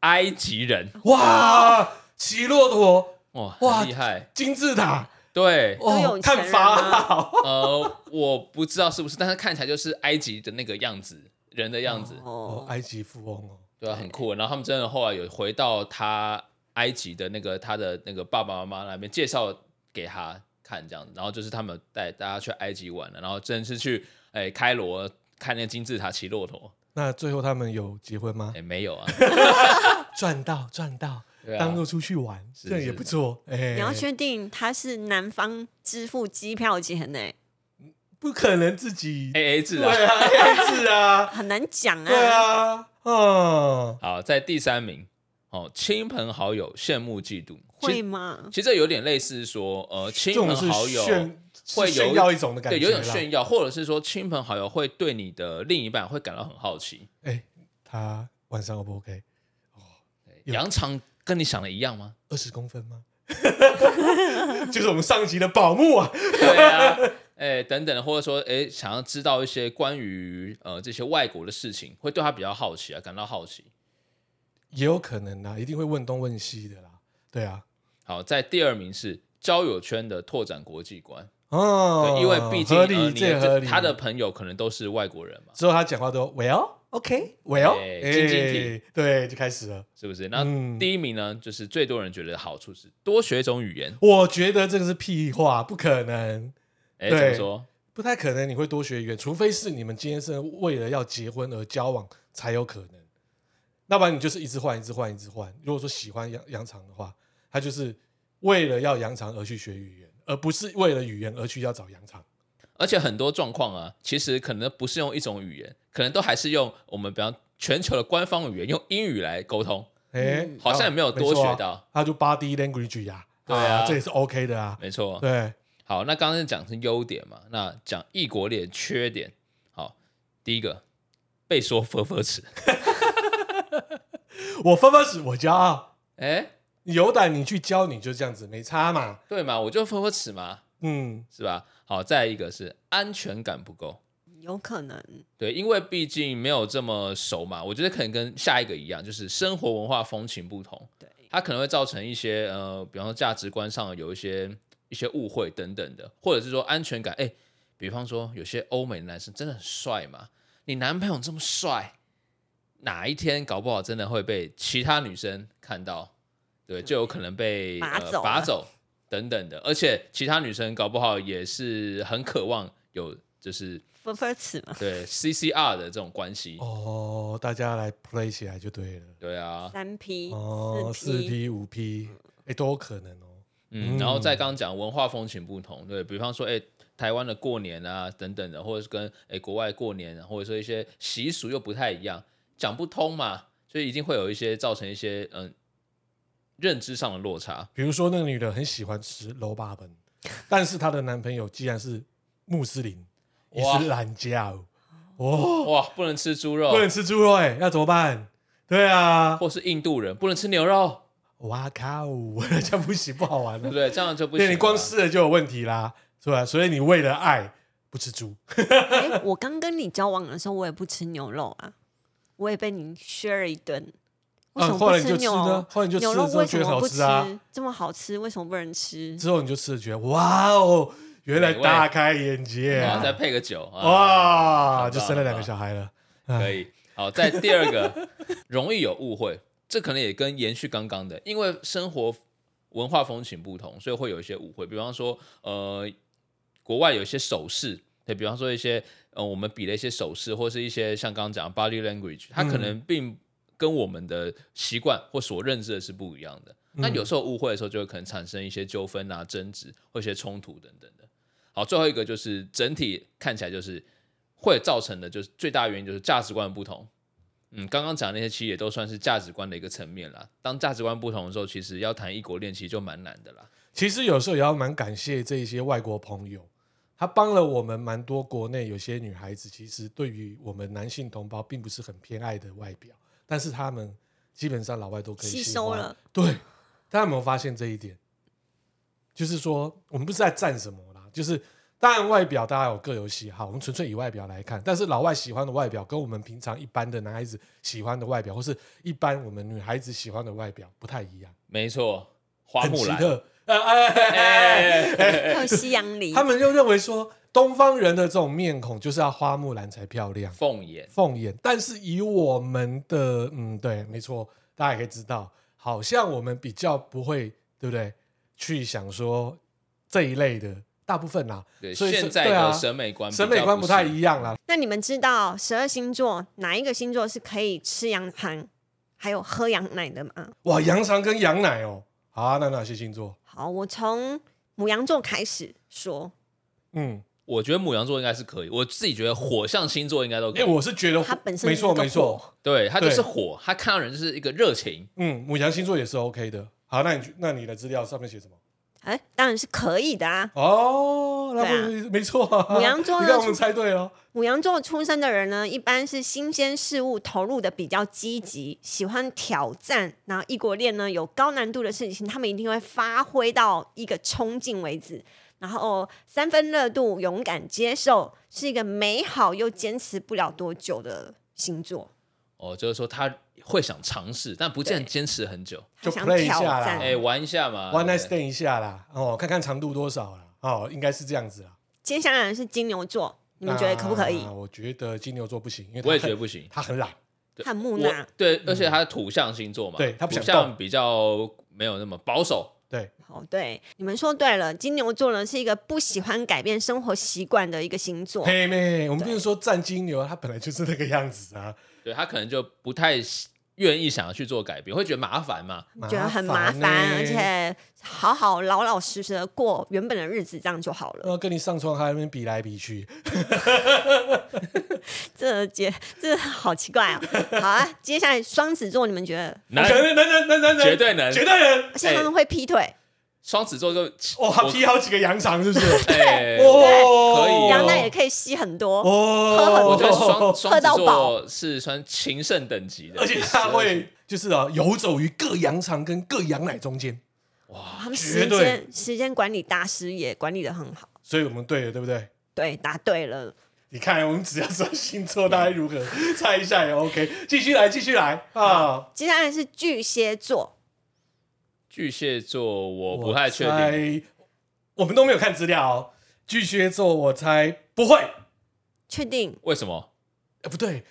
S3: 埃及人，
S2: 哇，骑骆驼，
S3: 哇，
S2: 哇
S3: 很厉害，
S2: 金字塔，
S3: 对，
S4: 都有
S2: 哦，
S4: 钱
S2: 看
S4: 人啊
S2: 法
S4: 吗
S2: 老，
S3: 呃，我不知道是不是，但是看起来就是埃及的那个样子，人的样子，
S2: 哦，
S4: 哦，
S2: 埃及富翁哦，
S3: 对啊，很酷。然后他们真的后来有回到他埃及的那个他的那个爸爸妈妈那边介绍给他看这样子，然后就是他们有带大家去埃及玩了，然后真的是去哎、开罗看那个金字塔骑骆 驼，
S2: 那最后他们有结婚吗
S3: 哎、？没有啊，
S2: 赚到赚到，
S3: 对啊
S2: 当做出去玩，
S3: 是
S2: 这样也
S3: 是
S2: 不错。哎，
S4: 你要确定他是男方支付机票钱呢、
S2: 不可能自己
S3: ，A A 制
S2: 对
S3: 啊。
S2: 啊，配置 啊，
S4: 很难讲
S2: 对啊，嗯，
S3: 好，在第三名哦，亲朋好友羡慕嫉妒，其
S4: 会
S3: 实
S4: 吗？
S3: 其实这有点类似说，呃，亲
S2: 这
S3: 朋
S2: 种是
S3: 好友
S2: 炫，
S3: 会
S2: 是
S3: 有
S2: 炫耀一种的感觉，
S3: 对，有点炫。耀，或者是说亲朋好友会对你的另一半会感到很好奇。
S2: 哎，他晚上 O 不 OK？有
S3: 杨长跟你想的一样吗？
S2: 二十公分 吗？ 就是我们上集的宝木啊，
S3: 对啊，哎、等等的，或者说，哎、想要知道一些关于呃这些外国的事情，会对他比较好奇啊，感到好奇。
S2: 也有可能啊啦，一定会问东问西的啦。对啊，
S3: 好，在第二名是交友圈的拓展国际观，
S2: 哦，
S3: 对，因为毕竟
S2: 合
S3: 呃
S2: 理，
S3: 你
S2: 这也合
S3: 的
S2: 理。
S3: 他的朋友可能都是外国人嘛，
S2: 之后他讲话都 Well OK Well，
S3: 哎晶晶体
S2: 哎对，就开始了。
S3: 是不是？那
S2: 嗯
S3: 第一名呢，就是最多人觉得好处是多学一种语言。
S2: 我觉得这个是屁话，不可能。
S3: 哎、
S2: 对
S3: 怎么说？
S2: 不太可能你会多学语言，除非是你们今天是为了要结婚而交往才有可能。要不然你就是一直换，一直换，一直换。如果说喜欢杨杨长的话，他就是为了要杨长而去学语言，而不是为了语言而去要找杨长。
S3: 而且很多状况啊，其实可能不是用一种语言，可能都还是用我们比方全球的官方语言，用英语来沟通。
S2: 哎、
S4: 嗯
S3: 好像也没有多
S2: 错啊
S3: 学到
S2: 他就 body language 呀、
S3: 对啊
S2: 这也是 OK 的啊。
S3: 没错，
S2: 对，
S3: 好，那刚刚讲是优点嘛，那讲异国恋缺点。好，第一个被说佛佛齿，
S2: 我翻翻屎，我啊骄傲。
S3: 哎、
S2: 你有胆你去教，你就这样子，没差嘛。
S3: 对嘛，我就佛佛齿嘛，
S2: 嗯，
S3: 是吧？好，再一个是安全感不够。
S4: 有可能
S3: 对，因为毕竟没有这么熟嘛，我觉得可能跟下一个一样，就是生活文化风情不同，
S4: 对，
S3: 它可能会造成一些呃，比方说价值观上有一些一些误会等等的，或者是说安全感。哎，比方说有些欧美的男生真的很帅嘛，你男朋友这么帅，哪一天搞不好真的会被其他女生看到，对，就有可能被
S4: 拔
S3: 呃、
S4: 走
S3: 拔
S4: 了
S3: 走等等的，而且其他女生搞不好也是很渴望有就是。
S4: 分分尺嘛，
S3: 对 CCR 的这种关系。
S4: 嗯
S2: 哦，大家来 play 起来就对了。
S3: 对啊，
S4: 三 P
S2: 哦，四
S4: 四 P，
S2: P 五 P，哎，都有可能哦。嗯
S3: 嗯，然后再刚刚讲文化风情不同，对比方说，哎、台湾的过年啊等等的，或者是跟哎、国外过年、啊，或者说一些习俗又不太一样，讲不通嘛，所以一定会有一些造成一些嗯认知上的落差。
S2: 比如说那个女的很喜欢吃楼巴本，但是她的男朋友既然是穆斯林，也
S3: 哇
S2: 是懒觉哦，
S3: 哇，不能吃猪肉
S2: 不，能吃猪肉哎，要怎么办？对啊，
S3: 或是印度人不能吃牛肉，
S2: 哇靠， 这样不行，不好玩
S3: 对不
S2: 了。
S3: 对？这样就不行
S2: 对
S3: 了。
S2: 你
S4: 啊
S2: 光吃了就有问题啦，是吧？所以你为了爱不吃猪，
S4: 哎，我刚跟你交往的时候，我也不吃牛肉啊，我也被你 share 一顿。为什
S2: 啊，
S4: 么
S2: 后
S4: 不
S2: 来你
S4: 吃
S2: 就吃
S4: 牛？
S2: 呢，后来你就吃
S4: 牛
S2: 了
S4: 肉
S2: 之后
S4: 为
S2: 觉
S4: 什
S2: 得很
S4: 么
S2: 好
S4: 不
S2: 吃啊，
S4: 这么好吃，为什么不能吃？
S2: 之后你就吃了觉得哇哦，原来
S3: 美味
S2: 大开眼界
S3: 然
S2: 啊
S3: 后，再配个酒啊，
S2: 哇，
S3: 很棒
S2: 就生了两个
S3: 很棒
S2: 小孩了。
S3: 可以。好，在第二个 容易有误会，这可能也跟延续刚刚的，因为生活文化风情不同，所以会有一些误会。比方说，呃，国外有一些手势，对比方说一些呃，我们比了一些手势，或是一些像刚刚讲的 body language，它可能并跟我们的习惯或所认知的是不一样的。
S2: 嗯
S3: 那有时候误会的时候，就会可能产生一些纠纷啊、争执或一些冲突等等的。好，最后一个就是整体看起来就是会造成的，就是最大原因就是价值观的不同。嗯，刚刚讲的那些其实也都算是价值观的一个层面啦。当价值观不同的时候，其实要谈异国恋其实就蛮难的啦。
S2: 其实有时候也要蛮感谢这一些外国朋友，他帮了我们蛮多国内有些女孩子，其实对于我们男性同胞并不是很偏爱的外表，但是他们基本上老外都可以
S4: 吸
S2: 喜
S4: 收
S2: 欢
S4: 了。
S2: 对，大家有没有发现这一点？就是说，我们不是在赞什么啦，就是当然外表大家有各有喜好，我们纯粹以外表来看，但是老外喜欢的外表跟我们平常一般的男孩子喜欢的外表，或是一般我们女孩子喜欢的外表不太一样，
S3: 没错，花
S2: 很
S3: 木
S2: 奇
S3: 兰，
S2: 特。 哎哎哎哎
S4: 还有西洋梨，
S2: 他们就认为说，东方人的这种面孔就是要花木兰才漂亮，
S3: 凤眼，
S2: 凤眼。但是以我们的，嗯，对，没错，大家也可以知道，好像我们比较不会，对不对？去想说这一类的，大部分啦，
S3: 对，
S2: 所以是
S3: 现在
S2: 对啊
S3: 的审美观比较
S2: 审美观不太
S3: 是
S2: 一样啦。
S4: 那你们知道十二星座哪一个星座是可以吃羊肠，还有喝羊奶的吗？
S2: 哇，羊肠跟羊奶哦，好啊，那哪些星座？
S4: 好，我从母羊座开始说，
S2: 嗯，
S3: 我觉得母羊座应该是可以，我自己觉得火象星座应该都可
S2: 因为
S3: 以。
S2: 哎我是觉得
S4: 它本身
S2: 没
S4: 就是
S2: 错
S4: 个
S2: 没错，
S3: 对，他就是
S2: 对
S3: 火，他看到人就是一个热情。
S2: 嗯，母羊星座也是 OK 的。好，那你去那你的资料上面写什么？
S4: 哎，当然是可以的啊。
S2: 哦，那不、
S4: 对
S2: 没错、啊，
S4: 母羊座呢
S2: 你看我们猜对了。
S4: 母羊座出生的人呢，一般是新鲜事物投入的比较积极，喜欢挑战，然后异国恋呢有高难度的事情，他们一定会发挥到一个冲劲为止。然后、三分热度，勇敢接受，是一个美好又坚持不了多久的星座。
S3: 哦，就是说他会想尝试，但不见得坚持很久。
S4: 他
S2: 就
S4: 想
S2: play 一
S4: 挑
S2: 下啦
S4: 战，
S3: 哎、玩一下嘛
S2: One night
S3: 对不对
S2: stand 一下啦，哦，看看长度多少啦，哦，应该是这样子啦。
S4: 接下来是金牛座，你们觉得可不可以
S2: 那？我觉得金牛座不行，因为他
S3: 我也觉得不行。
S2: 他很懒，
S4: 汉 木
S3: 我
S4: 讷，
S3: 对，而且他是土象星座嘛，
S2: 对他不
S3: 土
S2: 想
S3: 象
S2: 动
S3: 比较没有那么保守。
S2: 对，
S4: 哦，对，你们说对了，金牛座呢是一个不喜欢改变生活习惯的一个星座。
S2: 嘿妹，我们不是说站金牛，他本来就是那个样子啊，
S3: 对他可能就不太喜愿意想要去做改变，会觉得麻烦嘛。
S4: 觉得很麻
S2: 呢
S4: 烦，而且好好老老实实的过原本的日子，这样就好了。
S2: 要跟你上床还在那边比来比去，
S4: 这姐，这好奇怪啊！好啊，接下来双子座，你们觉得？啊
S3: 男
S2: 能能能能能能，
S3: 绝对能
S2: 绝对能，
S4: 而且他们会劈腿，
S3: 双子座就
S2: 哦，他劈好几个羊肠是不是？
S3: 哎，
S2: 哦，
S3: 可以
S4: 羊奶也可以吸很多，
S2: 哦，
S3: 我觉 得双双
S4: 喝
S3: 子
S4: 到
S3: 座
S4: 饱
S3: 是算情圣等级的，
S2: 而且他会就是啊，游走于各羊肠跟各羊奶中间，
S4: 他们
S2: 绝
S4: 时
S2: 对
S4: 间时间管理大师也管理的很好。
S2: 所以我们对了，对不对？
S4: 对，答对了。
S2: 你看，我们只要知道星座大概如何，猜一下也 OK。继续来，继续来啊！
S4: 接下来是巨蟹座，
S3: 巨蟹座我不太确定，
S2: 定，我们都没有看资料、哦。巨蟹座，我猜不会，
S4: 确定
S3: 为什么？
S2: 哎，不对，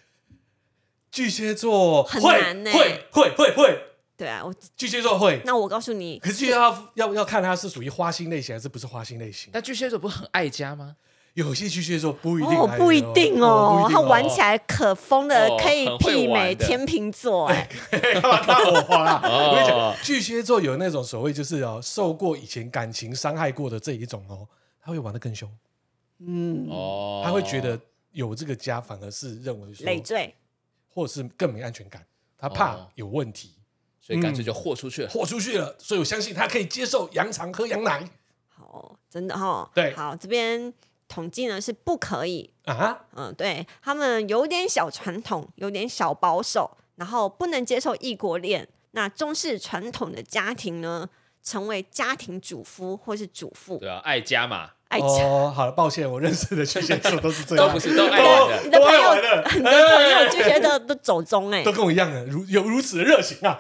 S2: 巨蟹座
S4: 很
S2: 会
S4: 难欸呢
S2: 会会会会，
S4: 对啊，我
S2: 巨蟹座会。
S4: 那我告诉你，
S2: 可是就要要要看他是属于花心类型还是不是花心类型。
S3: 但巨蟹座不是很爱家吗？
S2: 有些巨蟹座不一定
S4: 哦
S2: 来，源
S4: 不一定哦，
S2: 不一定
S4: 他玩起来可疯的，
S3: 哦
S4: 可以
S3: 很会
S4: 媲美
S3: 玩的
S4: 天秤座哎、
S2: 干嘛大火花啦？
S3: 哦
S2: 我跟你讲，巨蟹座有那种所谓就是哦，受过以前感情伤害过的这一种哦，他会玩的更凶，
S3: 哦，
S2: 他会觉得有这个家反而是认为
S4: 累
S2: 说，
S4: 赘。
S2: 或者是更没安全感，他怕
S3: 哦
S2: 有问题，
S3: 所以干脆就豁出去了。
S2: 豁出去了，所以我相信他可以接受羊肠喝羊奶
S4: 好，真的哦。
S2: 对
S4: 好，这边统计呢是不可以，
S2: 啊。
S4: 嗯，对他们有点小传统，有点小保守，然后不能接受异国恋。那中式传统的家庭呢，成为家庭主夫或是哎主妇，
S3: 对啊，爱家嘛，
S4: 爱情。
S2: 哦，好了，抱歉，我认识的巨蟹座都是这样，
S3: 都不是都爱玩的
S4: 你的
S2: 都
S4: 朋
S2: 爱
S4: 友
S2: 玩的，
S4: 你的朋友巨蟹座都走中哎、
S2: 都跟我一样的，如有如此的热情啊！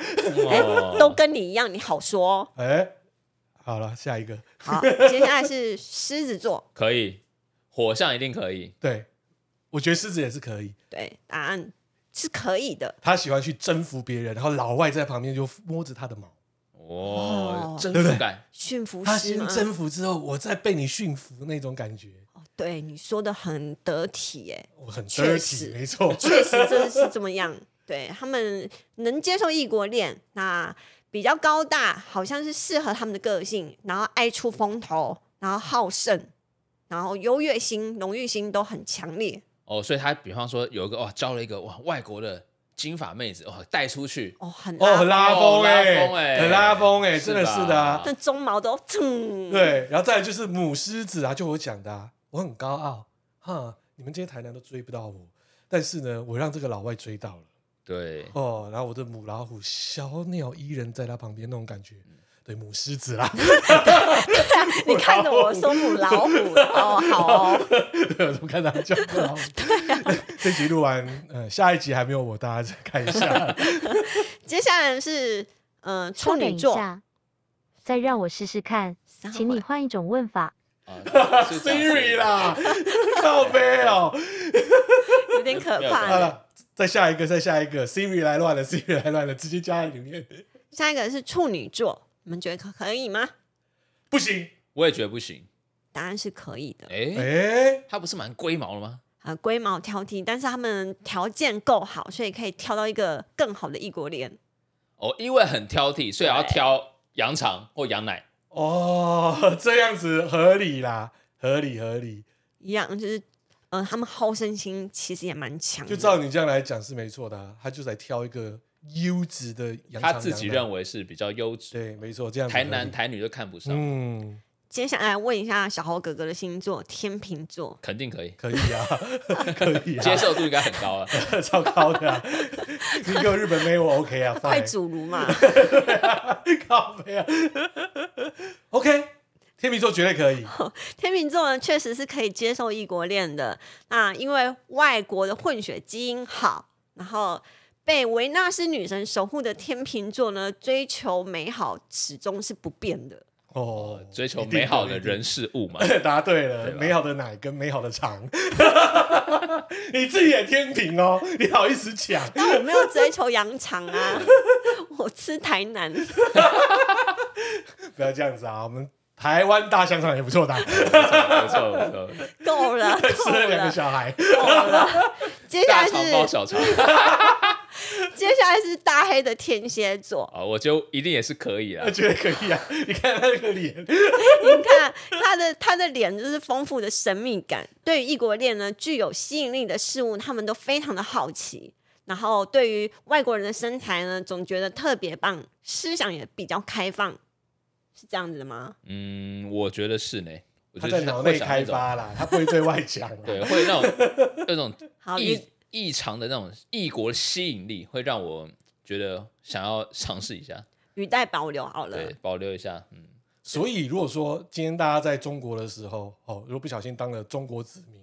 S3: 哦
S4: 都跟你一样，你好说哦、
S2: 哎，好了，下一个，
S4: 好，接下来是狮子座，
S3: 可以，火象一定可以。
S2: 对我觉得狮子也是可以，
S4: 对，答案是可以的。
S2: 他喜欢去征服别人，然后老外在旁边就摸着他的毛，
S3: 哦
S4: 哦，
S3: 征
S2: 对不
S3: 服
S2: 对
S3: 感，
S4: 驯服
S2: 他
S4: 师
S2: 先
S4: 吗？
S2: 征服之后，我再被你驯服那种感觉，
S4: 哦对，你说的很得体哎、
S2: 我很
S4: 确
S2: dirty，
S4: 实
S2: 没错，
S4: 确实真的是这么样。对他们能接受异国恋，那比较高大，好像是适合他们的个性，然后爱出风头，然后好胜，然后优越心、荣誉心都很强烈。
S3: 哦，所以他比方说有一个哇，招了一个哇外国的金发妹子，哇带出去，
S4: 哦，很
S2: 哦，很拉风
S3: 哦拉风
S2: 哎，
S3: 欸
S2: 很拉风哎，
S3: 是
S2: 真的
S3: 吧
S2: 是的啊，
S4: 那鬃毛都蹭，
S2: 对，然后再来就是母狮子啊，就我讲的啊，我很高傲哈，你们这些台南都追不到我，但是呢，我让这个老外追到了。
S3: 对，
S2: 哦，然后我的母老虎小鸟依人在他旁边那种感觉，对母狮子啊啦，
S4: 你看着我说母老虎哦，好哦，
S2: 对，我怎么看他叫母老虎？这集录完，呃，下一集还没有我，大家再看一下。
S4: 接下来是嗯、呃处
S5: 稍等
S4: 女
S5: 一
S4: 座，
S5: 下，再让我试试看，
S4: 三号
S5: 请你
S4: 位
S5: 换一种问法。
S3: 啊 是这样子
S2: Siri 啦， 靠背哦，
S4: 有点可怕
S2: 好
S4: 了。
S2: 了，再下一个，再下一个，Siri 来乱了，Siri 来乱了，直接加在里面，
S4: 下一个是处女座，你们觉得可可以吗？
S2: 不行，
S3: 我也觉得不行。
S4: 答案是可以的。
S2: 哎、
S3: 哎，他不是蛮龟毛的吗？
S4: 啊，龟毛挑剔，但是他们条件够好，所以可以挑到一个更好的异国恋。
S3: 哦，因为很挑剔，所以要挑羊肠或羊奶。
S2: 哦，这样子合理啦，合理合理，
S4: 一样就是，呃，他们好胜心其实也蛮强的。
S2: 就照你这样来讲是没错的、啊，他就来挑一个优质的羊肠羊奶，
S3: 他自己认为是比较优质，
S2: 对，没错，这样子
S3: 台
S2: 合
S3: 男
S2: 理
S3: 台女都看不上，
S2: 嗯，
S4: 接下来问一下小豪哥哥的星座，天秤座。
S3: 肯定可 以，
S2: 可以啊，可以啊，
S3: 接受度应该很高 啊。
S2: 超高的、啊。你给我日本妹，我 OK 啊，
S4: 快
S2: fine
S4: 主炉嘛！
S2: 靠背啊，OK。天秤座绝对可以，
S4: 天秤座呢，确实是可以接受异国恋的。那因为外国的混血基因好，然后被维纳斯女神守护的天秤座呢，追求美好始终是不 变的。
S2: 哦，
S3: 追求
S2: 一定
S3: 美好的
S2: 一定
S3: 人事 物嘛，
S2: 答对了，
S3: 对啊吧
S2: 美好的奶跟美好的肠， 你自己也天平哦，你好意思讲？
S4: 但我没有追求羊肠啊， 我吃台南。
S2: 不要这样子啊，我们台湾大香肠也不错的啊，
S3: 不错不错，不错
S4: 够 了，够
S2: 吃了两个
S4: 了，
S2: 小孩，
S4: 够了。 接下
S3: 大
S4: 来
S3: 肠包
S4: 是
S3: 小肠
S4: 接下来是大黑的天蝎 座，
S3: 啊，我就一定也是可以啦
S2: 我。觉得可以啊。你看他那个脸，
S4: 你看他的他的脸就是丰富的神秘感，对于异国恋呢具有吸引力的事物，他们都非常的好奇。然后对于外国人的身材呢，总觉得特别棒，思想也比较开放。是这样子的吗？
S3: 嗯，我觉得是呢。我
S2: 他
S3: 觉
S2: 在
S3: 得
S2: 脑
S3: 会
S2: 内
S3: 想
S2: 开
S3: 那种
S2: 发啦，他不会对外讲啊啦。
S3: 对，会 那种那种
S4: 好，
S3: 异
S4: 啊你
S3: 异常的那种异国吸引力，会让我觉得想要尝试一下，
S4: 语带保留
S2: 啊
S4: 好了
S3: 对。，保留一下，嗯，
S2: 所以如果说今天大家在中国的时候，哦，如果不小心当了中国子民，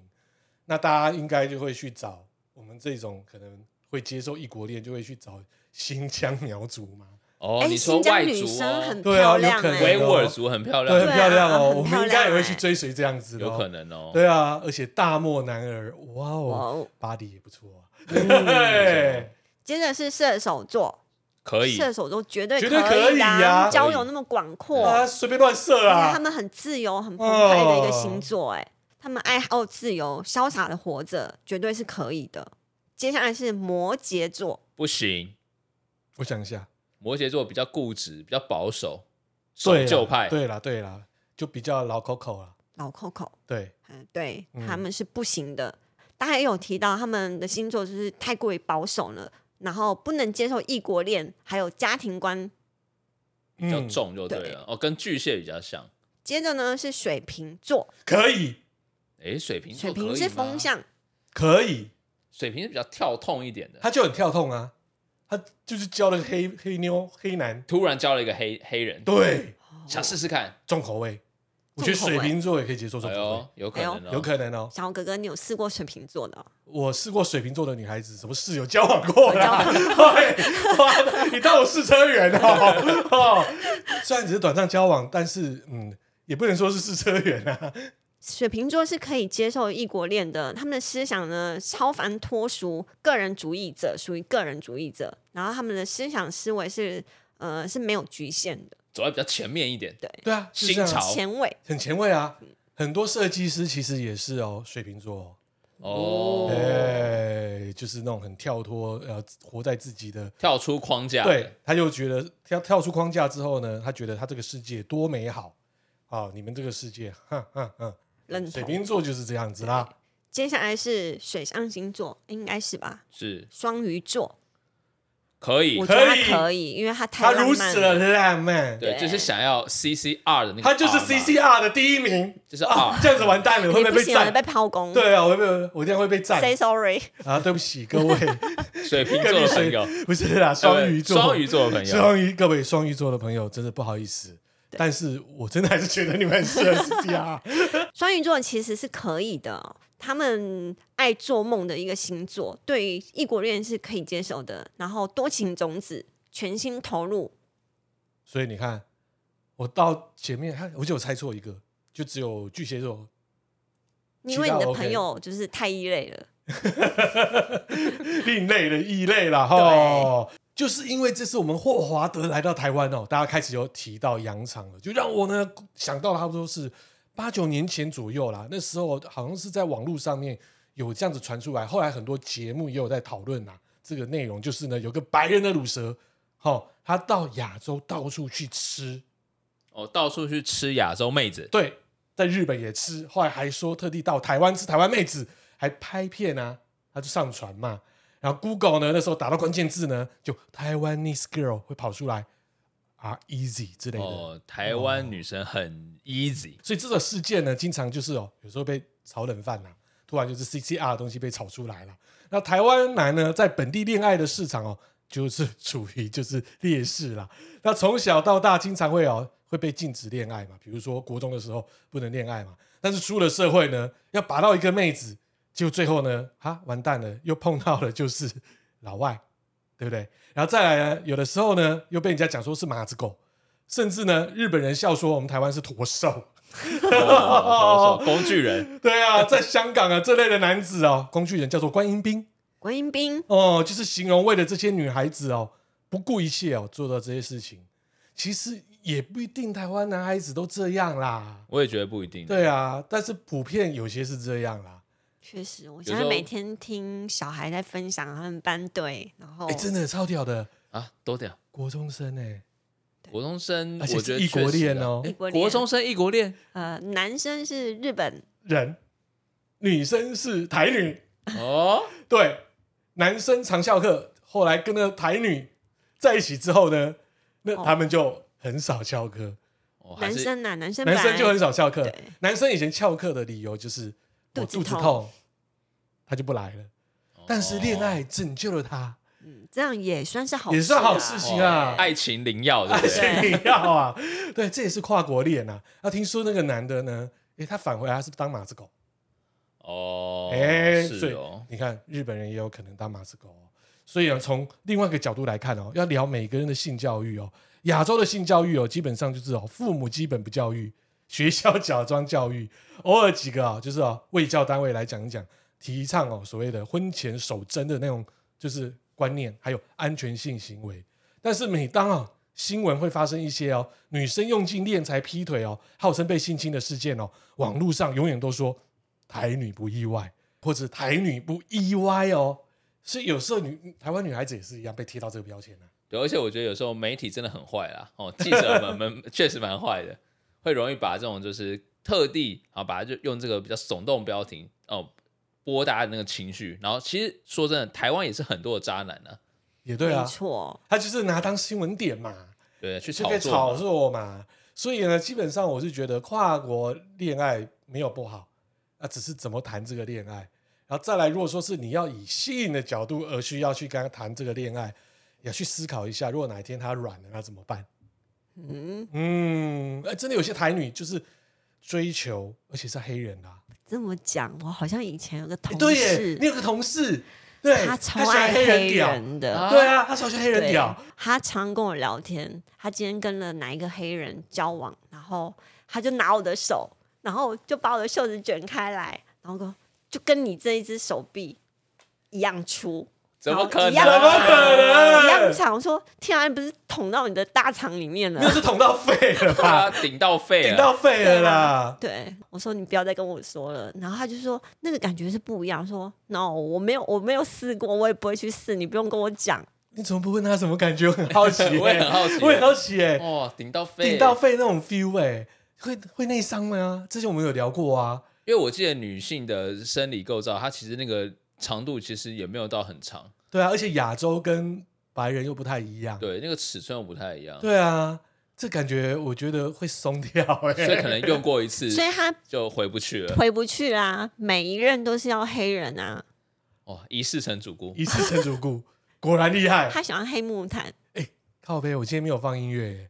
S2: 那大家应该就会去找我们这种可能会接受异国恋，就会去找新疆苗族嘛。
S3: 哦，
S4: 哎，
S3: 你说
S4: 新疆
S3: 外
S4: 女
S3: 族
S4: 生很
S3: 哦，
S2: 对啊
S4: 漂
S2: 有
S4: 亮
S2: 可能
S4: 哎
S3: 维吾尔族很漂
S2: 对，很
S3: 亮，
S4: 啊
S2: 漂亮哦，
S4: 很
S2: 我们
S4: 漂
S2: 应该也
S4: 亮
S2: 会
S4: 哎
S2: 去追随这样子的、哦，
S3: 有可能哦，
S2: 对啊，而且大漠男儿，哇
S4: 哇
S2: 哦，
S4: 哦嗯
S2: 巴黎也不错啊，对，
S4: 接着是射手座，
S3: 可以，
S4: 射手座绝对
S2: 绝对可
S4: 以
S2: 以
S4: 的
S2: 呀
S4: 交友那么广阔，
S2: 啊，随便乱射
S4: 而且
S2: 啊
S4: 他，们很自由、很澎湃的一个星座、哎、他们爱好自由、潇洒的活着，绝对是可以的。接下来是摩羯座，
S3: 不行，
S2: 我想一下，
S3: 摩羯座比较固执，比较保守，守
S2: 对啦，啊
S3: 旧派，
S2: 对啦，对啦，就比较老 Coco 啦，
S4: 老 Coco，
S2: 对，
S4: 嗯，对
S2: 嗯
S4: 他们是不行的。大家也有提到，他们的星座就是太过于保守了，然后不能接受异国恋，还有家庭观。
S2: 比
S3: 比
S2: 嗯
S3: 较，重就对
S4: 对
S3: 了，哦，跟巨蟹比较像，
S4: 接着呢是水瓶座，
S2: 可以，
S3: 哎，水瓶座
S4: 水
S3: 可
S4: 瓶
S3: 以
S4: 是
S3: 吗
S4: 风，象，
S2: 可以，
S3: 水瓶是比较跳痛一点的，
S2: 他就很跳痛啊，他就是教了黑黑妞黑男，
S3: 突然交了一个黑黑人，
S2: 对，
S4: 哦
S3: 想试试看，
S2: 重口味，我觉得
S4: 重口味
S2: 水瓶座也可以接受重
S3: 哎
S2: 口味
S3: 呦，，有可能哦，
S2: 有可能哦。
S4: 小哥哥，你有试过水瓶座的哦、
S2: 我试过水瓶座的女孩子，什么室友交往过 啦？对，哇你当我试车员哦？哦， 虽然只是短暂交往，但是嗯，也不能说是试车员啊。
S4: 水瓶座是可以接受异国恋的，他们的思想呢超凡脱俗，个人主义者属于个人主义者，然后他们的思想思维是呃是没有局限的，
S3: 走在比较前面一点，
S2: 对啊，就是这样啊
S3: 新潮好
S4: 前卫。
S2: 很前卫啊。很多设计师其实也是哦，水瓶座哦，
S3: 哦，
S2: 哎，就是那种很跳脱，呃，活在自己的
S3: 跳出框架，
S2: 对，，他就觉得跳跳出框架之后呢，他觉得他这个世界多美好啊！你们这个世界，哈哈哈，
S4: 认
S2: 水
S4: 同。
S2: 瓶座就是这样子啦。
S4: 接下来是水象星座，应该是吧？
S3: 是
S4: 双鱼座，
S3: 可以
S4: 我，觉得
S2: 可以
S4: 他可以，因为他太
S2: 他
S4: 浪
S2: 如
S4: 漫
S2: 此的
S4: 了。
S2: 浪漫，
S3: 对，
S4: 对
S3: 就是想要 CCR 的那个 R 嘛，
S2: 他就是 CCR 的第一名，
S3: 就是 R
S2: 啊，这样子完蛋了，
S4: 你
S2: 会不
S4: 不
S2: 会被
S4: 行了，
S2: 赞
S4: 被？抛光。
S2: 对啊，我会被我这样会被赞
S4: ，say sorry。
S2: 啊！对不起各 位，
S3: 水瓶座
S2: 各
S3: 的
S2: 位
S3: 朋
S2: 水
S3: 友，
S2: 不是啦，双鱼座，
S3: 呃双鱼座的朋友，
S2: 双鱼各位双鱼座的朋友，真的不好意思，但是我真的还是觉得你们很适合 CCR。
S4: 双鱼座其实是可以的，他们爱做梦的一个星座，对于异国恋是可以接受的，然后多情种子，全心投入。
S2: 所以你看，我到前面，看，我就有猜错一个，就只有巨蟹座，
S4: 因为你
S2: 其他
S4: 的
S2: OK
S4: 朋友就是太异类了，
S2: 另类的异类啦，吼。就是因为这次我们霍华德来到台湾哦，大家开始有提到洋场了，就让我呢想到差不多是八九年前左右啦。那时候好像是在网络上面有这样子传出来，后来很多节目也有在讨论啦这个内容，就是呢有个白人的乳蛇，哦，他到亚洲到处去吃，
S3: 哦，到处去吃亚洲妹子，
S2: 对，在日本也吃，后来还说特地到台湾吃台湾妹子，还拍片啊，他就上传嘛。然后 Google 呢，那时候打到关键字呢，就台湾 Nice Girl 会跑出来啊，Easy 之类的。
S3: 哦，台湾女生很 easy，
S2: 所以这个事件呢，经常就是哦，有时候被炒冷饭啦、突然就是 CCR 的东西被炒出来了。那台湾男呢，在本地恋爱的市场哦，就是 处于就是劣势啦。那从小到大，经常会哦会被禁止恋爱嘛，比如说国中的时候不能恋爱嘛，但是出了社会呢，要拔到一个妹子，就最后呢，哈完蛋了，又碰到了就是老外，对不对？然后再来呢，有的时候呢，又被人家讲说是马子狗，甚至呢，日本人笑说我们台湾是驼兽。
S3: 哦工 具人，
S2: 对啊，在香港啊， 这类的男子哦，工具人叫做观音兵
S4: 观音兵
S2: 哦，就是形容为了这些女孩子哦，不顾一切哦，做到这些事情。其实也不一定台湾男孩子都这样啦，
S3: 我也觉得不一定，
S2: 对啊，但是普遍有些是这样啦。
S4: 确实，我
S3: 时
S4: 现
S3: 候
S4: 在每天听小孩在分享他们班队，然后
S2: 哎、真的超屌的，
S3: 啊，都这样。
S2: 国中生哎、
S3: 国中生，
S2: 而且
S3: 我
S2: 是
S3: 觉得
S2: 异国恋哦
S3: 确实啊
S4: 异国
S3: 诶
S4: 恋
S3: 国中生异国 恋，
S4: 呃，男生是日本，
S2: 人，女生是台女，
S3: 哦，
S2: 对，男生长校课，后来跟那个台女在一起之后呢，那他们就很少翘课。
S3: 哦，还
S4: 男
S3: 是
S4: 生呐、男生
S2: 男
S4: 本
S2: 生
S4: 来
S2: 就很少翘课
S4: 对，
S2: 男生以前翘课的理由就是
S4: 肚
S2: 我
S4: 子
S2: 肚子
S4: 痛
S2: 痛，他就不来了。
S3: 哦
S2: 但是恋爱拯救了他，
S4: 嗯这样也算是好、啊，
S2: 也是好事情啊
S3: 哦爱情灵药，对不
S4: 哦
S3: 对？
S2: 这你要啊？对，这也是跨国恋啊。那听说那个男的呢，诶，他返回来他是当马子狗，
S3: 哦，
S2: 哎，所
S3: 是
S2: 以
S3: 哦，
S2: 你看日本人也有可能当马子狗哦。所以啊，从另外一个角度来看哦，要聊每个人的性教育哦，亚洲的性教育哦，基本上就是哦，父母基本不教育，哦学校假装教育，偶尔几个啊、就是哦，卫教单位来讲一讲，提倡哦所谓的婚前守贞的那种就是观念，还有安全性行为。但是每当啊新闻会发生一些哦女生用尽练才劈腿哦，号称被性侵的事件哦，网络上永远都说台女不意外，或者台女不意外哦。所以有时候女台湾女孩子也是一样被贴到这个标签啊。
S3: 对，而且我觉得有时候媒体真的很坏啦，哦，记者 们们确实蛮坏的，会容易把这种就是特地啊，把它就用这个比较耸动标题哦，播大家的那个情绪。然后其实说真的，台湾也是很多的渣男啊，
S2: 也对啊
S4: 没，错，
S2: 她就是拿当新闻点嘛。
S3: 对，去
S2: 就
S3: 炒
S2: 可以
S3: 作
S2: 炒
S3: 嘛，
S2: 作嘛。所以呢，基本上我是觉得跨国恋爱没有不好，啊，只是怎么谈这个恋爱。然后再来，如果说是你要以性的角度而去要去跟他谈这个恋爱，也要去思考一下，如果哪一天他软了，那怎么办？
S4: 嗯，
S2: 嗯，哎、真的有些台女就是追求，而且是黑人啊，
S4: 这么讲，我好像以前有个
S2: 哎
S4: 同
S2: 对耶
S4: 事，，
S2: 你有个同事，对，
S4: 他超
S2: 喜欢
S4: 爱
S2: 黑人屌，
S4: 人的，
S3: 啊
S2: 对啊，他超喜欢黑人
S4: 对
S2: 屌，
S4: 他常跟我聊天，他今天跟了哪一个黑人交往，然后他就拿我的手，然后就把我的袖子卷开来，然后跟就跟你这一只手臂一样粗，
S3: 怎
S4: 然后
S3: 么可
S4: 一
S3: 能？
S4: 样
S2: 怎么可能
S4: 一样长。我说天啊，你不是捅到你的大肠里面了
S2: 那？是捅到肺了吧
S3: 他？啊顶到肺
S2: 顶到
S3: 了，
S2: 肺了啦！
S4: 对，啊我说你不要再跟我说了。然后他就说那个感觉是不一样。我说 no，我没有，我没有试过，我也不会去试，你不用跟我讲。
S2: 你怎么不问他什么感觉？我很好奇、欸，
S3: 我也很好奇
S2: 我也很好奇哎、
S3: 哦，顶到肺，
S2: 顶到肺那种 feel 哎、会会内伤吗？之前我们有聊过啊，
S3: 因为我记得女性的生理构造，它其实那个长度其实也没有到很长，
S2: 对啊，而且亚洲跟白人又不太一样，
S3: 对，那个尺寸又不太一样，
S2: 对啊，这感觉我觉得会松掉哎、
S3: 所以可能用过一 次
S4: 所以他
S3: 就回不去了。
S4: 回不去啦、每一任都是要黑人啊。
S3: 哦，一世成主顾
S2: 一次成主顾，果然厉害。
S4: 他喜欢黑木炭，
S2: 靠背，我今天没有放音乐耶。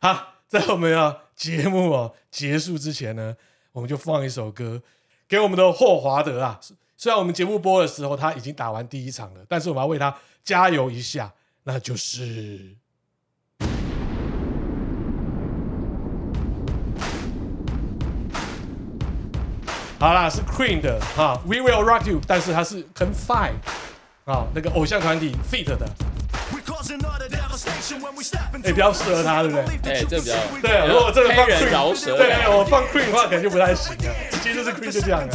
S2: 好，在我们要节目哦结束之前呢，我们就放一首歌给我们的霍华德啊。虽然我们节目播的时候他已经打完第一场了，但是我们要为他加油一下，那就是。好啦，是 Queen 的哈，We Will Rock You，但是它是跟 Five 啊那个偶像团体 Feat 的
S6: We're causing all the devastation when we step into
S2: 哎比较适合他对不对
S6: believe
S3: 哎
S6: that you
S3: 这
S6: can
S3: 比较
S6: see we
S2: 对啊，
S3: 有
S2: 如果真的放
S3: 黑人
S2: Queen，
S3: 饶舌
S2: 对
S3: 感
S2: 对，我放 Oh, Queen 的话，感觉不太行啊。其实就是 Queen 就这样啊，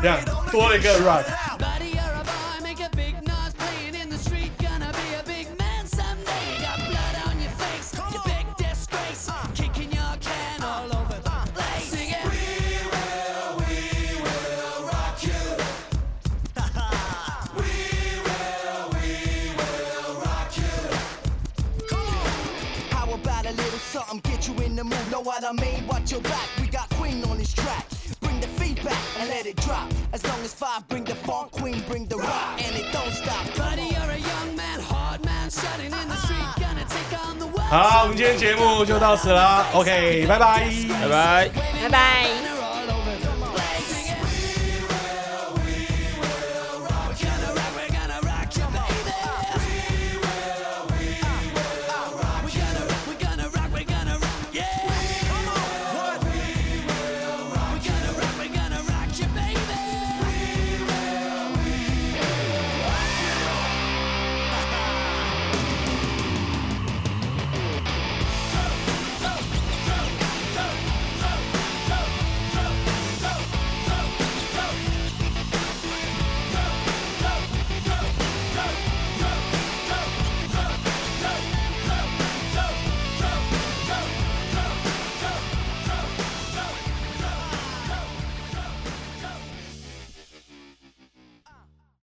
S2: 这样多了一个 rock。
S7: Buddy, you're a boy, make a big noise, playing in the street. Gonna be a big man someday. You got blood on your face, you big disgrace. Kicking your can all over the place. Uh. Sing it.
S6: How about a little something? Get you in the mood. Know what I mean? Watch your back. We got Queen on this track. Bring the feedback and let it drop. As long as five, bring the funk. Queen, bring the rock, and it don't stop.
S7: Buddy, you're a young man, hard man, shouting in the street. Gonna take on the world.
S2: 好，我们今天节目就到此啦，OK，拜拜。
S3: 拜拜。
S4: 拜拜。